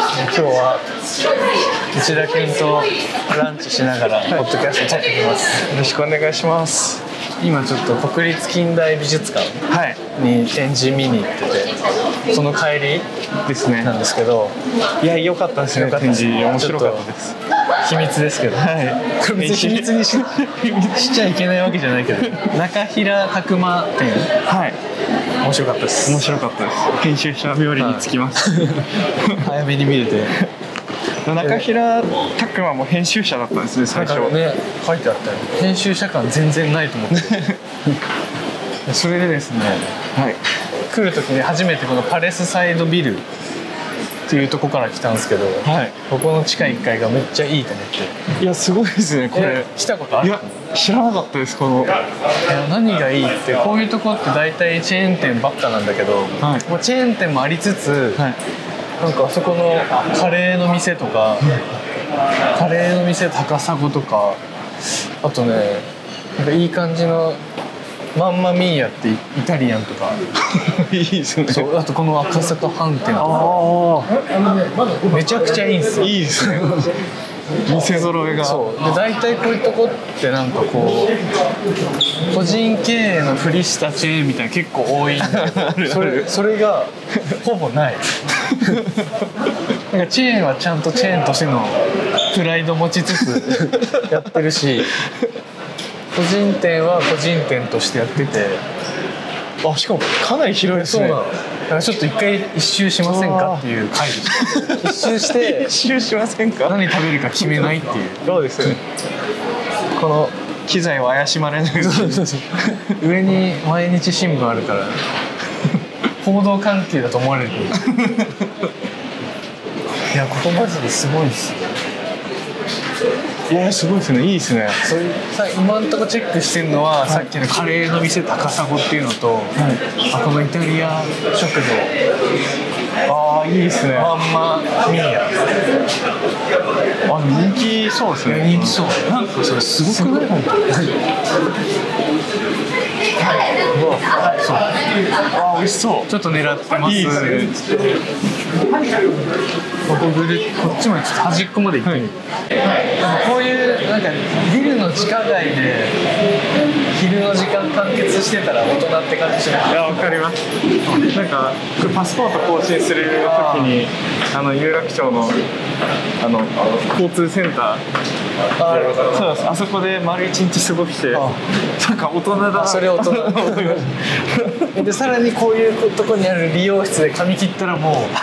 は内田君とランチしながらポッドキャスト撮ってきますよろしくお願いします今ちょっと国立近代美術館はいに展示見に行っててその帰りですねなんですけどいや良かったですね良かったで展す示ね面白かったです秘密ですけどはいこれ別に秘密に ししちゃいけないわけじゃないけど中平拓磨展はい面白かったです面白かったです編集者冥利につきます、 早めに見れて中平拓磨も編集者だったんですねな最んか初ね書いてあったよ編集者感全然ないと思ってそれでですねはい来る時に初めてこのパレスサイドビルっていうとこから来たんですけどはいここの地下1階がめっちゃいいと思っていやすごいですねこれえ来たことあいるや知らなかったですこのいや何がいいってこういうとこって大体チェーン店ばっかなんだけど、はいもうチェーン店もありつつ、はいなんかあそこのカレーの店とか、カレーの店高砂とかあとねなんかいい感じのマンマミーヤってイタリアンと かいいですねそうあとこの赤坂飯店とあかめちゃくちゃいいんですあよいいですね店揃えがそうで大体こういうとこってなんかこう個人経営のふりしたチェーンみたいな結構多いん だけどそれそれがほぼないなんかチェーンはちゃんとチェーンとしてのプライド持ちつつやってるし個人店は個人店としてやっててあしかもかなり広いですそうねなのだからちょっと一回一周しませんかっていう会議一周して一周しませんか何食べるか決めないっていうそうですねこの機材を怪しまれないそうそうそう上に毎日新聞あるから報道関係だと思われるいやここマジですごいですいやすごいですねいいですねそういうさ今んとこチェックしてるのは、さっきのカレーの店高砂っていうのと、あこのイタリア食堂ああいいですねあまんまミーヤ人気そうですね人気そうなんかそれすごくない本当にそうああ美味しそうちょっと狙ってますいいですねここぐるこっちまでちょっと端っこまで行ってはいなんかこういうなんかビルの地下街で昼の時間完結してたら大人って感じしないいやわかりますなんかこれパスポート更新する時にあの有楽町のあの交通センあターるそうなんですあそこで丸一日過ごしてあなんか大人だあそれ大人思いまし でさらにこういうとこにある理容室で髪切ったらもう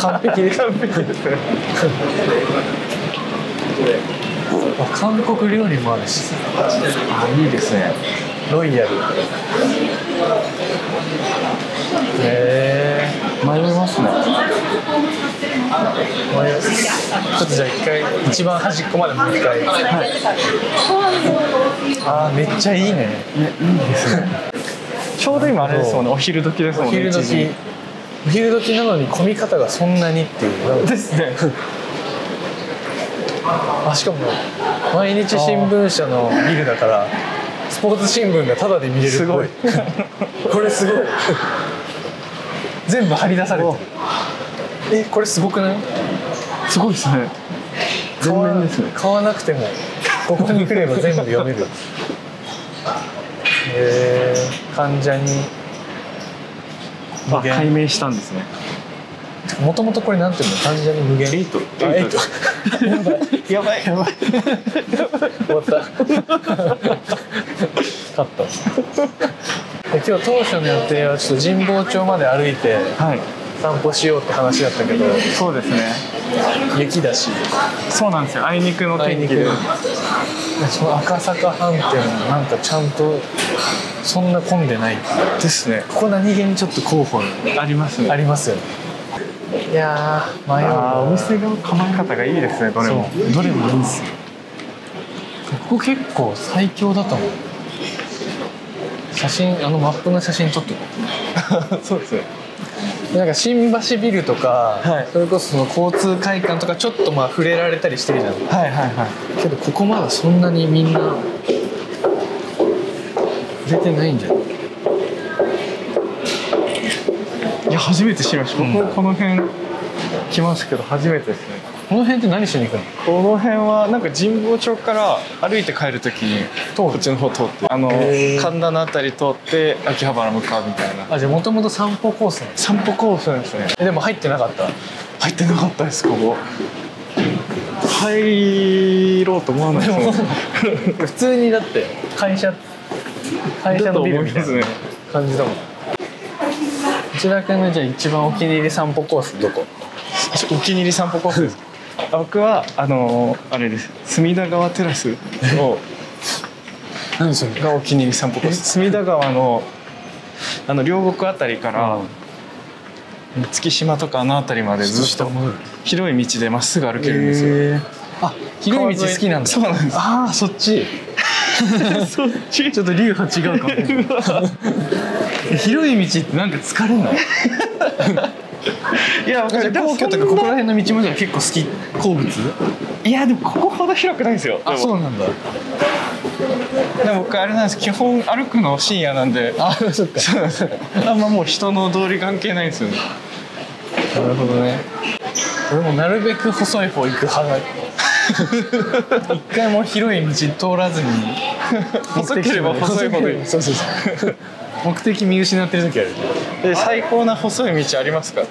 完璧でた完璧ですね韓国料理もあるしあいいですねロイヤルへえ迷いますね迷いますちょっとじゃあ一回一番端っこまでもう一回、ああめっちゃいいねいやいいですね ちょうど今あれですもんねお昼時ですもんおね昼1時時お昼時なのに混み方がそんなにっていうですねあしかも毎日新聞社のビルだからスポーツ新聞がタダで見れるっぽすごいこれすごい全部張り出されてるえこれすごくないすごいですね全面ですね買わなくてもここに来れば全部読め るへえ患者にあ解明したんですねもともとこれなんていうの患者に無限エイトあエイトやばいやばい終わった カットで今日当初の予定はちょっと神保町まで歩いてはい散歩しようって話だったけどそうですね雪だしそうなんですよあいにくのあい天に気くでその赤坂飯店もなんかちゃんとそんな混んでないですねここ何気にちょっと候補ありますあねりますよねいやー迷うなあーお店の構え方がいいですねどれもそうどれもいいんすよここ結構最強だと思う写真あのマップの写真撮ってこ そうですねうなんか新橋ビルとか、はいそれこそその交通会館とかちょっとまあ触れられたりしてるじゃんはいはいはけどここまだそんなにみんな触れてないんじゃないいいや初めて知りましたうん僕もこの辺来ますけど初めてですねこの辺って何しに行くのこの辺はなんか神保町から歩いて帰るときにこっちの方通ってあのへー神田のあたり通って秋葉原向かうみたいなあじゃあもともと散歩コースなんです散歩コースなんですねえでも入ってなかった入ってなかったですここ入ろうと思わないでですももん普通にだって会社会社のビルみたいだと思いなますね感じだもん内田君のじゃあ一番お気に入り散歩コースどこお気に入り散歩コースですかあ僕はあのあれです隅田川テラスを何それがお気に入り散歩コース隅田川のあの両国あたりから、月島とかあのあたりまでずっと戻る広い道でまっすぐ歩けるんですよ、へーあ広い道好きなんだそうなんですああそっちそっちちょっと流派違うかも広い道ってなんか疲れない いやわかるでも皇居とかここら辺の道もじゃあ結構好き好物いやでもここほど広くないんですよあでもそうなんだでも僕あれなんです基本歩くの深夜なんであそっかそうなんです あんまもう人の通り関係ないんですよねなるほどね俺もなるべく細い方行く派 だ一回も広い道通ら ずに細ければ細いほどいい 目的地までそうそうそう目的見失ってる時あるで最高な細い道ありますかい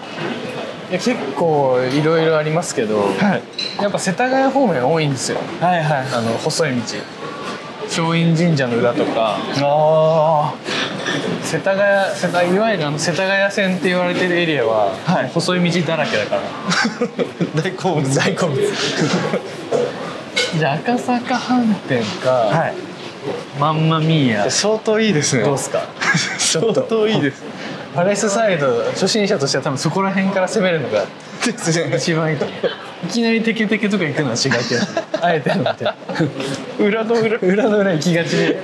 や結構いろいろありますけど、はいやっぱ世田谷方面多いんですよはいはいあの細い道松陰神社の裏とかあ世田谷世田いわゆるあの世田谷線って言われてるエリアは、はい細い道だらけだからあ 大好物大好 物じゃあ赤坂飯店か、はいマンマミー ヤ相当いいですねどうっ すか相当いいですパレスサイド初心者としては多分そこら辺から攻めるのが一番いいと思ういきなりテケテケとか行くのは違うけどあえてのって裏の裏裏の裏行きがちで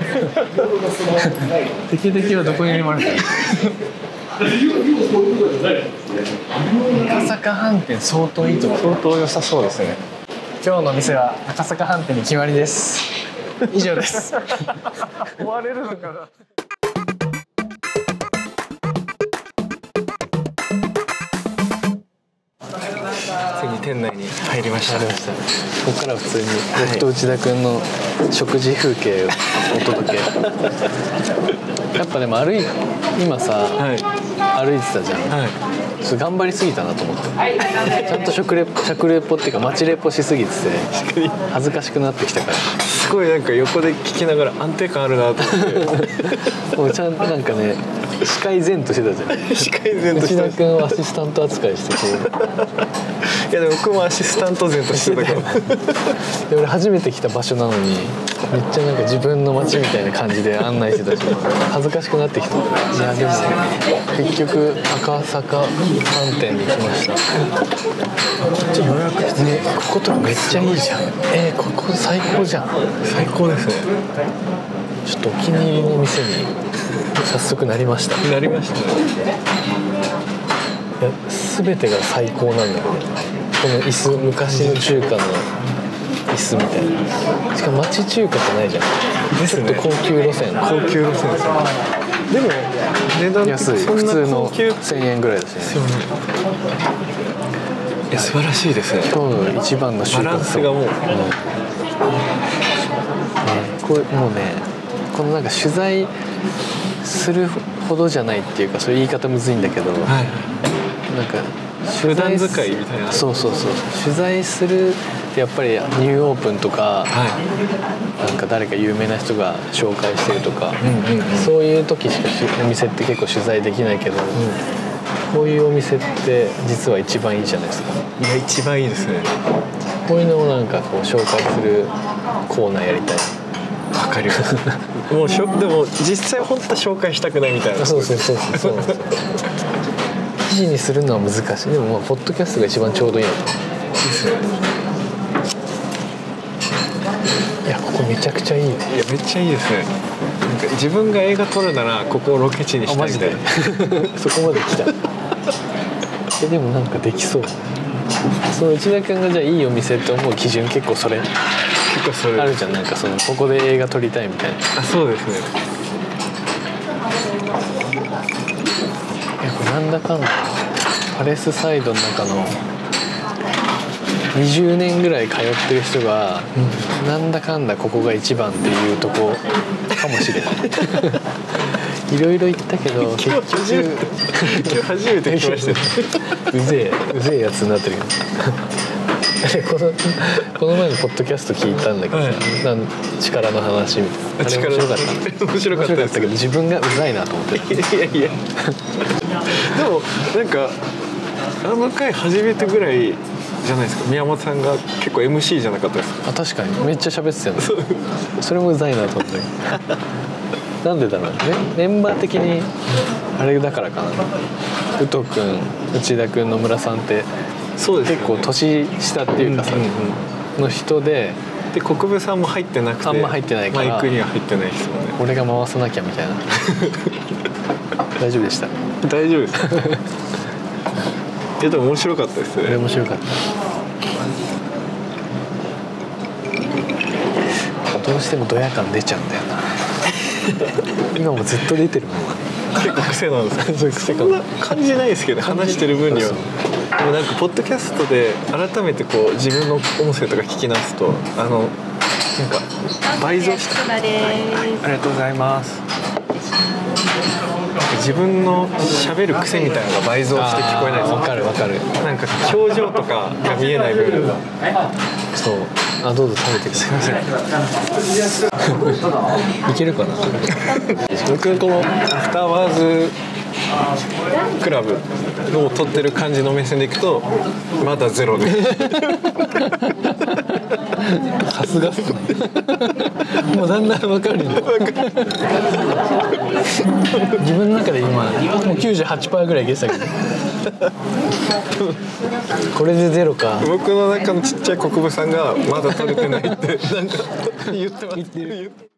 テケテケはどこにでもあるから赤坂飯店相当いいと思う相当良さそうですね今日の店は赤坂飯店に決まりです以上です終われるのかなついに店内に入りました入りましたここからは普通に僕と内田君の食事風景をお届けやっぱでも歩い今さ、はい歩いてたじゃんはちょっと頑張りすぎたなと思ってちゃんと食レポ食レポっていうか街レポしすぎててい恥ずかしくなってきたかすごいなんか横で聞きながら安定感あるなと思ってらもうちゃんとなんかね視界善としてたじゃん視界前とし内田てまし君をアシスタント扱いしてこたいやでも僕もアシスタント前としてたからうで俺初めて来た場所なのにめっちゃなんか自分の街みたいな感じで案内してたし恥ずかしくなってきたいやでも結局赤坂飯店に来ました予約ねこことかめっちゃいいじゃんえー、ここ最高じゃん最高ですねちょっとお気に入りの店に早速なりましたなりましたねいや全てが最高なんだけどこの椅子昔の中華の椅子みたいなしかも町中華じゃないじゃんですね高級路線高級路線ですねでも値段安いそん普な通の高級1000円ぐらいだしねいや素晴らしいですね今日の一番の収バラ穫ンスがもうこれもうねこのなんか取材するほどじゃないっていうかそういう言い方むずいんだけど、はいなんか取材す普段使いみたいなそうそうそう取材するってやっぱりニューオープンとか、はなんか誰か有名な人が紹介してるとか、んうんうんそういう時しかしお店って結構取材できないけど、こういうお店って実は一番いいじゃないですかいいや一番いいですねこういうのをなんかこう紹介するコーナーやりたいわ かりますもうしょでも実際本当は紹介したくないみたいなそうそうそうそうそうなんですよ記事にするのは難しいでもまあポッドキャストが一番ちょうどいいのかですねないやここめちゃくちゃいいねいやめっちゃいいですねなんか自分が映画撮るならここをロケ地にしたいみたいな そこまで来たえでもなんかできそうその内田君がじゃあいいお店って思う基準結構それ結構それあるじゃんなんかそのここで映画撮りたいみたいないあそうですねやこれなんだかんだパレスサイドの中の20年ぐらい通ってる人が、なんだかんだここが一番っていうとこかもし れないいろいろ言ったけど結今日初めて今日初めて聞きましたようぜえうぜえやつになってるけど このこの前のポッドキャスト聞いたんだけどさ、なん力の話みたいなあれ面白かったね面面白かった白かでっすたけど自分がうざいなと思っていやいやでもなんかあの回初めてぐらいじゃないですか宮本さんが結構 MC じゃなかったですかあ確かにめっちゃ喋ってたよねそれもうざいなと思ったけどなんでだろうねメンバー的にあれだからかな武藤君内田君野村さんってそう結構年下っていうかさ、うんうんの人でで国分さんも入ってなくてあんま入ってないからマイクには入ってないですもんね俺が回さなきゃみた いな大丈夫でした 大丈夫です いやでも面白かったですこれね面白かったどうしてもドヤ感出ちゃうんだよな 今もずっと出てるもん結構癖なんですけどそう癖かそんな感じないですけどね話してる分にはそうでもなんかポッドキャストで改めてこう自分の音声とか聞き直すとあのなんか倍増したたですありがとうございます。自分の喋る癖みたいなのが倍増して聞こえないですわかるわかるなんか表情とかが見えない部分そうあどうぞ食べてください いけるかな僕このアフターワーズクラブを撮ってる感じの目線でいくとまだゼロですさすがもうだんだんわかるよ自分の中で今もう98%ぐらいいけてたけどこれでゼロか僕の中のちっちゃい国分さんがまだ撮れてないってなんか言ってます